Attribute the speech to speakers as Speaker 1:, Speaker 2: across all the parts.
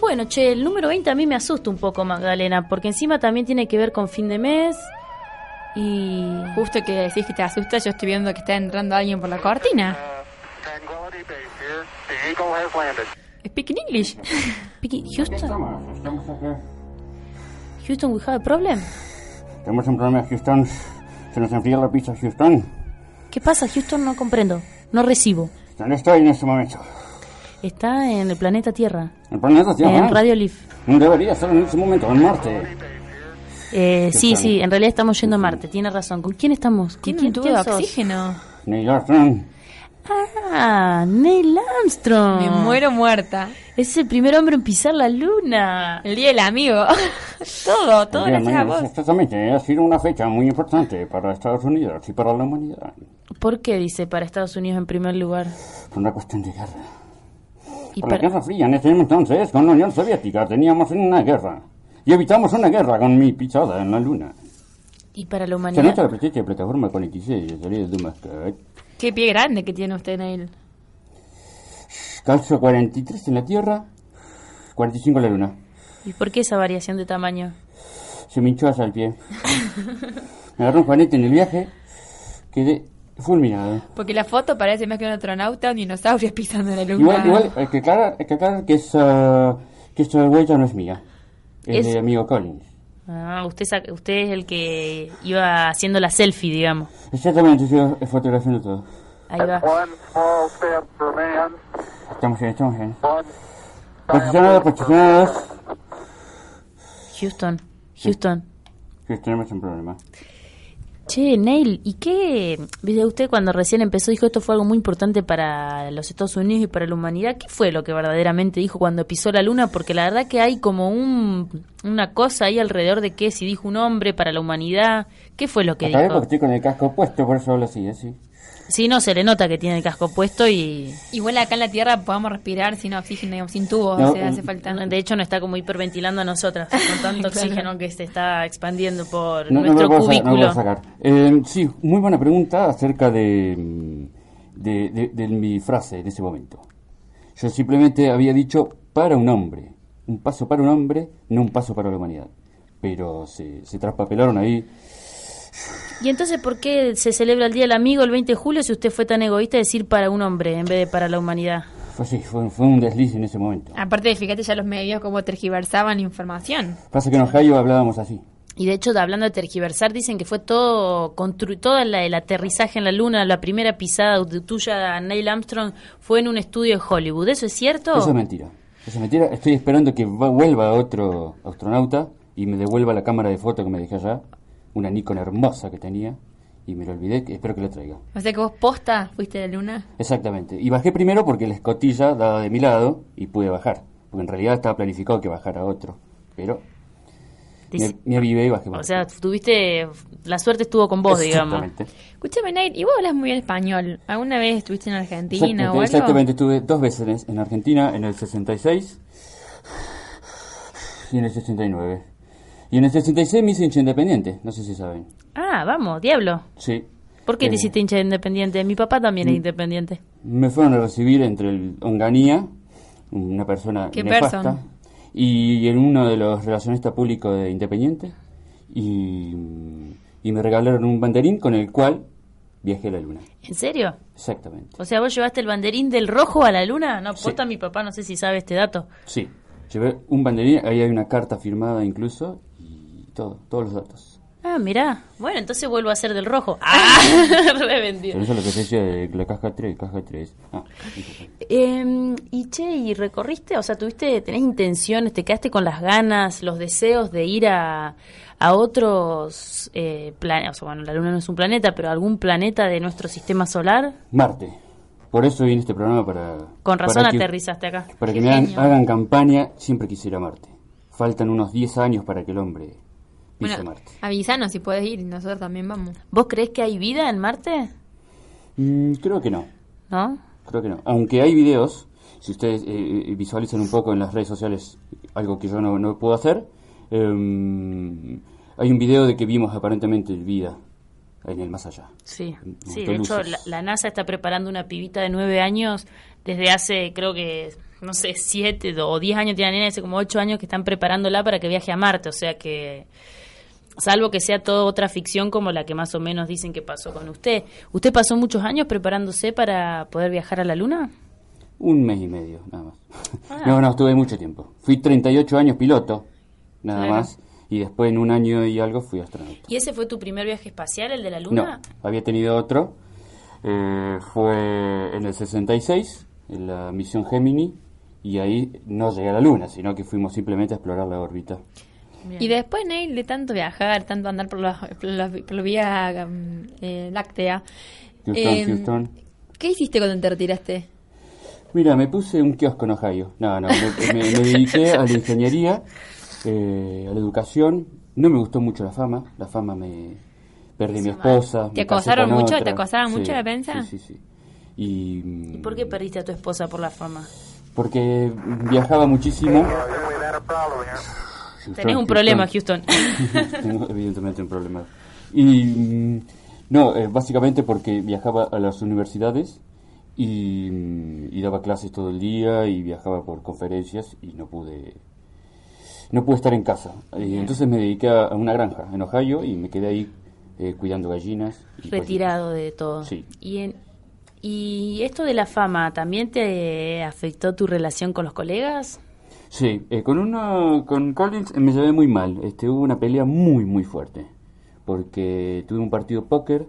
Speaker 1: Bueno, che, el número 20 a mí me asusta un poco, Magdalena, porque encima también tiene que ver con fin de mes y
Speaker 2: Justo que decís que te asusta, yo estoy viendo que está entrando alguien por la cortina.
Speaker 3: Tranquility Base here. The Eagle has landed.
Speaker 2: Speak in English.
Speaker 1: Piqui- Houston,
Speaker 4: Estamos, estamos acá.
Speaker 1: Houston, we have a problem.
Speaker 4: Tenemos un problema, Houston. Se nos enfría la pizza, Houston.
Speaker 1: ¿Qué pasa, Houston? No comprendo, no recibo.
Speaker 4: ¿Dónde estoy en este momento?
Speaker 1: Está en el planeta Tierra,
Speaker 4: El planeta Tierra.
Speaker 1: en Radio Leaf.
Speaker 4: ¿eh? No debería estar en este momento, en Marte.
Speaker 1: Eh, sí,
Speaker 4: Houston.
Speaker 1: sí, en realidad estamos yendo a Marte, tiene razón. ¿Con quién estamos? ¿Con
Speaker 2: Tiene
Speaker 1: quién,
Speaker 2: un tubo de
Speaker 1: quién sos?
Speaker 2: oxígeno.
Speaker 4: Neil Armstrong.
Speaker 1: Ah, Neil Armstrong.
Speaker 2: Me muero muerta.
Speaker 1: Es el primer hombre en pisar la luna.
Speaker 2: El día del amigo. todo, todo
Speaker 4: El
Speaker 2: gracias
Speaker 4: día de
Speaker 2: a
Speaker 4: mañana,
Speaker 2: vos.
Speaker 4: Exactamente, ha sido una fecha muy importante para Estados Unidos y para la humanidad.
Speaker 1: ¿Por qué dice para Estados Unidos en primer lugar?
Speaker 4: Por una cuestión de guerra.
Speaker 1: Y
Speaker 4: Por la
Speaker 1: para-
Speaker 4: Guerra Fría, en ese entonces, con la Unión Soviética, teníamos una guerra. Y evitamos una guerra con mi pisada en la luna.
Speaker 1: y para la
Speaker 4: Se nota
Speaker 1: humanidad.
Speaker 4: la presencia de plataforma 46 de salida de Muscat.
Speaker 2: Qué pie grande que tiene usted, Neil.
Speaker 4: Calzo 43 en la Tierra, 45 en la Luna.
Speaker 1: ¿Y por qué esa variación de tamaño?
Speaker 4: Se me hinchó hasta el pie. Me agarró un juanete en el viaje, quedé fulminado.
Speaker 2: Porque la foto parece más que un astronauta, un dinosaurio pisando la luna.
Speaker 4: Igual, igual, hay que aclarar, hay que, aclarar que, esa, que esta huella no es mía. Es,
Speaker 1: Es-
Speaker 4: de amigo Collins.
Speaker 1: Ah, usted, sa- usted es el que iba haciendo la selfie, digamos.
Speaker 4: Exactamente, yo fotografiando todo.
Speaker 1: Ahí va.
Speaker 3: One small step for man,
Speaker 4: Estamos bien, estamos bien.
Speaker 3: one
Speaker 4: Posicionados, posicionados.
Speaker 1: Houston. Houston.
Speaker 4: Que tenemos un problema.
Speaker 1: Che, Neil, ¿y qué? Viste, usted cuando recién empezó dijo esto fue algo muy importante para los Estados Unidos y para la humanidad. ¿Qué fue lo que verdaderamente dijo cuando pisó la luna? Porque la verdad que hay como un, una cosa ahí alrededor de qué, si dijo un hombre para la humanidad. ¿Qué fue lo que
Speaker 4: Acabé porque
Speaker 1: dijo?
Speaker 4: estoy con el casco puesto, por eso hablo así, ¿eh? así.
Speaker 1: Sí, no, se le nota que tiene el casco puesto y
Speaker 2: Igual acá en la Tierra podemos respirar sin oxígeno, digamos, sin tubo,
Speaker 4: No,
Speaker 2: o sea, hace
Speaker 4: eh,
Speaker 2: falta.
Speaker 1: de hecho no está como hiperventilando a nosotras con tanto
Speaker 2: Claro.
Speaker 1: oxígeno que se está expandiendo por
Speaker 4: No, no me
Speaker 1: nuestro
Speaker 4: lo puedo sacar, no me
Speaker 1: cubículo.
Speaker 4: lo puedo sacar. Eh, sí, muy buena pregunta acerca de, mm, de, de- de mi frase en ese momento. Yo simplemente había dicho para un hombre. Un paso para un hombre, no un paso para la humanidad. Pero se, se traspapelaron ahí.
Speaker 1: Y entonces, ¿por qué se celebra el Día del Amigo el 20 de julio si usted fue tan egoísta de decir para un hombre en vez de para la humanidad?
Speaker 4: Fue así, fue, fue un desliz en ese momento.
Speaker 2: Aparte, fíjate ya los medios como tergiversaban la información.
Speaker 4: Pasa que en Ohio hablábamos así.
Speaker 1: Y de hecho, de- hablando de tergiversar, dicen que fue todo, constru todo la- el aterrizaje en la luna, la primera pisada tu- tuya, Neil Armstrong, fue en un estudio de Hollywood. ¿Eso es cierto?
Speaker 4: Eso es mentira. Eso es mentira. Estoy esperando que va- vuelva otro astronauta y me devuelva la cámara de foto que me dejé allá. Una Nikon hermosa que tenía. Y me lo olvidé. que- Espero que lo traiga.
Speaker 2: O sea que vos posta fuiste a la luna.
Speaker 4: Exactamente. Y bajé primero porque la escotilla daba de mi lado y pude bajar. Porque en realidad estaba planificado que bajara otro. Pero me,
Speaker 1: Dice-
Speaker 4: me avivé y bajé.
Speaker 1: o
Speaker 4: más.
Speaker 1: sea, tuviste. La suerte estuvo con vos, digamos.
Speaker 4: Exactamente.
Speaker 2: Escúchame, Nair, y vos hablas muy bien español. ¿Alguna vez estuviste en Argentina
Speaker 4: Exactamente,
Speaker 2: o algo?
Speaker 4: exactamente. Estuve dos veces en, en Argentina, en el 66 y en el 69. Y en el 66 me hice hincha independiente. No sé si saben.
Speaker 1: Ah, vamos, diablo.
Speaker 4: Sí.
Speaker 1: ¿Por qué
Speaker 4: Eh,
Speaker 1: te hiciste hincha de independiente? Mi papá también
Speaker 4: Mm.
Speaker 1: es independiente.
Speaker 4: Me fueron a recibir entre el Onganía, una persona
Speaker 2: ¿Qué
Speaker 4: nefasta,
Speaker 2: person?
Speaker 4: y en uno de los relacionistas públicos de Independiente, y, y me regalaron un banderín con el cual viajé a la luna.
Speaker 1: ¿En serio?
Speaker 4: Exactamente.
Speaker 1: O sea, vos llevaste el banderín del rojo a la luna. No,
Speaker 4: Sí.
Speaker 1: posta mi papá, no sé si sabe este dato.
Speaker 4: Sí, llevé un banderín, ahí hay una carta firmada incluso, y todo, todos los datos.
Speaker 1: Ah, mirá. Bueno, entonces vuelvo a ser del rojo. ¡Ah! Revendido.
Speaker 4: Pero eso es lo que se dice de la caja 3, caja 3. Ah, disculpa.
Speaker 1: Eh, y che, ¿y recorriste? O sea, ¿tuviste, tenés intenciones, te quedaste con las ganas, los deseos de ir a, a otros eh, planetas? O sea, bueno, la Luna no es un planeta, pero algún planeta de nuestro sistema solar.
Speaker 4: Marte. Por eso vine a este programa para...
Speaker 1: Con razón
Speaker 4: para que-
Speaker 1: aterrizaste acá.
Speaker 4: Para que
Speaker 2: Qué
Speaker 4: me hagan,
Speaker 2: genio.
Speaker 4: hagan campaña, siempre quisiera Marte. Faltan unos 10 años para que el hombre pise
Speaker 2: Bueno,
Speaker 4: Marte.
Speaker 2: avísanos si puedes ir, nosotros también vamos.
Speaker 1: ¿Vos crees que hay vida en Marte?
Speaker 4: Mm, creo que no.
Speaker 1: ¿No?
Speaker 4: Creo que no. Aunque hay videos, si ustedes eh, eh, visualizan un poco en las redes sociales algo que yo no, no puedo hacer, em, hay un video de que vimos aparentemente vida en el más allá.
Speaker 1: Sí,
Speaker 4: Unos
Speaker 1: sí. De hecho, la,
Speaker 4: pelusos.
Speaker 1: la NASA está preparando una pibita de nueve años desde hace, creo que, no sé, siete do- o diez años tiene la nena, hace como ocho años que están preparándola para que viaje a Marte. O sea que, salvo que sea toda otra ficción como la que más o menos dicen que pasó con usted. ¿Usted pasó muchos años preparándose para poder viajar a la Luna?
Speaker 4: Un mes y medio, nada más.
Speaker 2: Ah.
Speaker 4: No, no, estuve mucho tiempo. Fui 38 años piloto, nada
Speaker 1: Claro.
Speaker 4: más. Y después en un año y algo fui astronauta.
Speaker 1: ¿Y ese fue tu primer viaje espacial, el de la
Speaker 4: No,
Speaker 1: Luna?
Speaker 4: había tenido otro. eh, fue en el 66, en la misión Gemini. Y ahí no llegué a la Luna, sino que fuimos simplemente a explorar la órbita.
Speaker 1: Bien.
Speaker 2: Y después, Neil, de tanto viajar, tanto andar por la, por la- por la vía mm, eh, láctea.
Speaker 4: Houston,
Speaker 2: em,
Speaker 4: Houston.
Speaker 2: ¿Qué hiciste cuando te retiraste?
Speaker 4: Mira, me puse un kiosco en Ohio. No, no, me, me- me dediqué a la ingeniería, eh, a la educación. No me gustó mucho la fama. La fama me. Perdí a mi esposa.
Speaker 2: ¿Te
Speaker 4: me casé
Speaker 2: acosaron
Speaker 4: con
Speaker 2: mucho?
Speaker 4: otra.
Speaker 2: ¿Te acosaron
Speaker 4: Sí,
Speaker 2: mucho la prensa?
Speaker 4: Sí, sí, sí. Y, mm,
Speaker 1: ¿Y por qué perdiste a tu esposa por la fama?
Speaker 4: Porque viajaba muchísimo.
Speaker 3: We've had a problem here.
Speaker 4: Houston,
Speaker 1: Tenés un problema,
Speaker 4: Houston.
Speaker 1: Houston.
Speaker 4: Tengo evidentemente un problema. Y mm, no, eh, básicamente porque viajaba a las universidades y, mm, y daba clases todo el día y viajaba por conferencias y no pude no pude estar en casa. Y entonces me dediqué a una granja en Ohio y me quedé ahí eh, cuidando gallinas. y
Speaker 1: retirado de todo.
Speaker 4: Sí.
Speaker 1: Y, en- y esto de la fama, ¿también te afectó tu relación con los colegas?
Speaker 4: pollitos. Sí, eh, con una con Collins eh, me llevé muy mal. Este hubo una pelea muy muy fuerte porque tuve un partido póker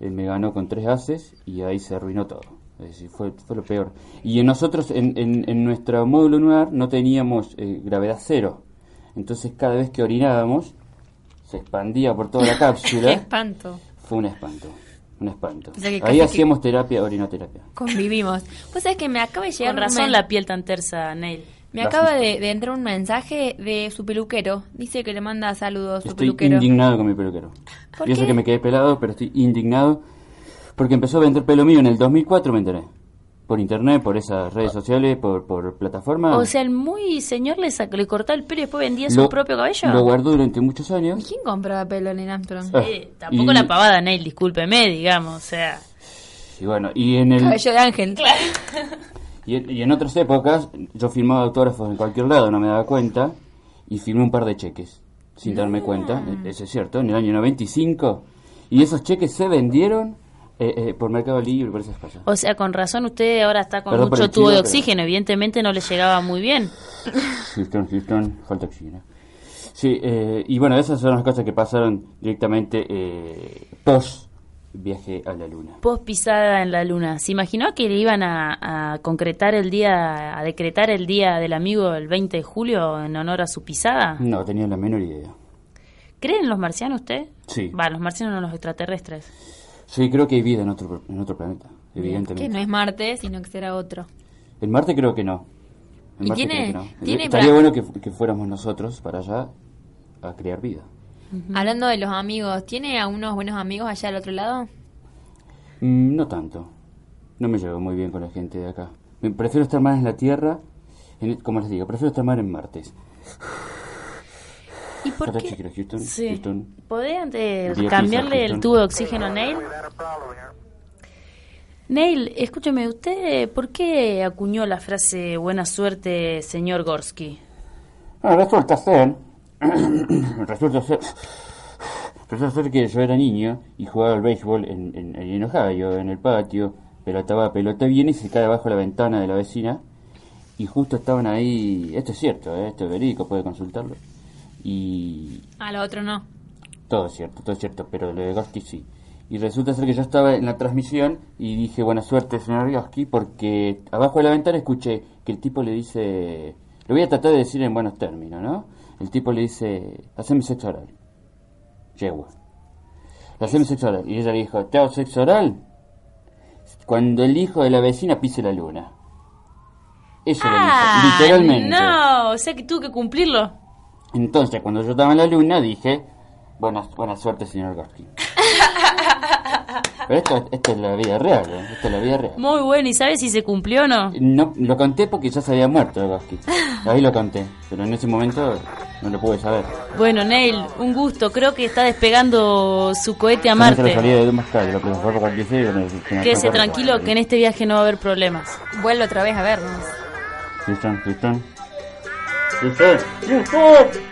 Speaker 4: Él me ganó con tres haces y ahí se arruinó todo. Es decir, fue, fue lo peor. Y en nosotros, en, en, en nuestro módulo lunar, no teníamos eh, gravedad cero. Entonces, cada vez que orinábamos, se expandía por toda la
Speaker 2: Qué
Speaker 4: cápsula.
Speaker 2: espanto.
Speaker 4: fue un espanto. Un espanto.
Speaker 2: O sea que casi
Speaker 4: ahí
Speaker 2: que-
Speaker 4: hacíamos terapia, orinoterapia.
Speaker 2: Convivimos. Pues es que me acaba de llegar
Speaker 1: Con
Speaker 2: un
Speaker 1: razón
Speaker 2: men-
Speaker 1: la piel tan tersa, Neil.
Speaker 2: Me
Speaker 4: Las
Speaker 2: acaba
Speaker 4: mismas.
Speaker 2: de, de entrar un mensaje de su peluquero. Dice que le manda saludos a su
Speaker 4: Estoy
Speaker 2: peluquero.
Speaker 4: indignado con mi peluquero.
Speaker 2: ¿Por
Speaker 4: Yo sé
Speaker 2: qué?
Speaker 4: que me quedé pelado, pero estoy indignado porque empezó a vender pelo mío en el 2004, me enteré. Por internet, por esas redes sociales, por, por plataformas.
Speaker 1: O sea, el muy señor le, sacó, le cortaba el pelo y después vendía su propio cabello.
Speaker 4: Lo guardó durante muchos
Speaker 2: ¿Y
Speaker 4: años.
Speaker 2: quién compraba pelo en Armstrong?
Speaker 4: Ah,
Speaker 1: Eh, tampoco
Speaker 4: y-
Speaker 1: la pavada, Neil, discúlpeme, digamos. O sea,
Speaker 4: Y bueno, y en, el,
Speaker 2: Cabello de ángel.
Speaker 4: y, en, y en otras épocas yo firmaba autógrafos en cualquier lado, no me daba cuenta, y firmé un par de cheques, sin darme cuenta, e- eso es cierto, en el año 95, y esos cheques se vendieron eh, eh, por Mercado Libre, por esas cosas.
Speaker 1: o sea, con razón usted ahora está con
Speaker 4: Perdón por
Speaker 1: mucho
Speaker 4: el chivo,
Speaker 1: tubo de
Speaker 4: pero-
Speaker 1: oxígeno. Evidentemente no le llegaba muy bien.
Speaker 4: Houston, Houston, falta oxígeno. Sí, eh, y bueno, esas son las cosas que pasaron directamente eh, post viaje a la luna.
Speaker 1: Post pisada en la luna. ¿Se imaginó que le iban a, a concretar el día, a decretar el día del amigo el 20 de julio en honor a su pisada?
Speaker 4: No tenía la menor idea.
Speaker 1: ¿Creen en los marcianos usted?
Speaker 4: Sí.
Speaker 1: Va, los marcianos no los extraterrestres.
Speaker 4: Sí, creo que hay vida en otro, en otro planeta, evidentemente.
Speaker 2: Que no es Marte, sino que será otro.
Speaker 4: En Marte creo que no. En
Speaker 2: ¿Y
Speaker 4: Marte
Speaker 2: tiene-
Speaker 4: creo que no.
Speaker 2: tiene
Speaker 4: Estaría
Speaker 2: pra-
Speaker 4: bueno que, fu- que fuéramos nosotros para allá a crear vida.
Speaker 2: Hablando de los amigos, ¿tiene a unos buenos amigos allá al otro lado?
Speaker 4: Mm, no tanto. No me llevo muy bien con la gente de acá. Me- Prefiero estar más en la Tierra. en- como les digo, prefiero estar más en Marte.
Speaker 1: ¿Y por
Speaker 4: Ahora
Speaker 1: qué?
Speaker 4: sí creo, Houston,
Speaker 1: Sí.
Speaker 4: Houston.
Speaker 1: ¿Podés antes
Speaker 4: Día
Speaker 1: cambiarle
Speaker 4: quince,
Speaker 1: el
Speaker 4: Houston.
Speaker 1: tubo de oxígeno a Neil?
Speaker 3: We've had a problem here.
Speaker 1: Neil, escúcheme, ¿usted por qué acuñó la frase buena suerte, señor Gorsky?
Speaker 4: Ah, resulta ser. resulta ser. Resulta ser que yo era niño y jugaba al béisbol en, en, en Ohio, en el patio, pelotaba pelota bien y se cae abajo la ventana de la vecina. Y justo estaban ahí. Esto es cierto, ¿eh? esto es verídico, puede consultarlo. Y,
Speaker 2: A lo otro no.
Speaker 4: todo es cierto, todo es cierto, pero lo de Goski sí. Y resulta ser que yo estaba en la transmisión y dije, buena suerte, señor Goski, porque abajo de la ventana escuché que el tipo le dice, lo voy a tratar de decir en buenos términos, ¿no? El tipo le dice, haceme sexo oral. Yegua. Haceme sexo oral. Y ella le dijo, ¿te hago sexo oral? Cuando el hijo de la vecina pise la luna. Eso
Speaker 1: Ah,
Speaker 4: lo dijo, literalmente.
Speaker 1: No, o sea que tuvo que cumplirlo.
Speaker 4: Entonces, cuando yo estaba en la luna, dije, buena, buena suerte, señor Gaskin. Pero esto, esto es la vida real, ¿eh? Esto es la vida real.
Speaker 1: Muy bueno, ¿y sabes si se cumplió o no?
Speaker 4: No, lo conté porque ya se había muerto Gaskin. Ahí lo conté, pero en ese momento no lo pude saber.
Speaker 1: Bueno, Neil, un gusto. Creo que está despegando su cohete a
Speaker 4: Yo no sé la
Speaker 1: Marte.
Speaker 4: salida de Dumascal, la plataforma 46, en el- en el-
Speaker 1: Quédese tranquilo
Speaker 4: ¿eh?
Speaker 1: que en este viaje no va a haber problemas.
Speaker 2: Vuelve otra vez a vernos.
Speaker 4: Houston, Houston. Houston, Houston.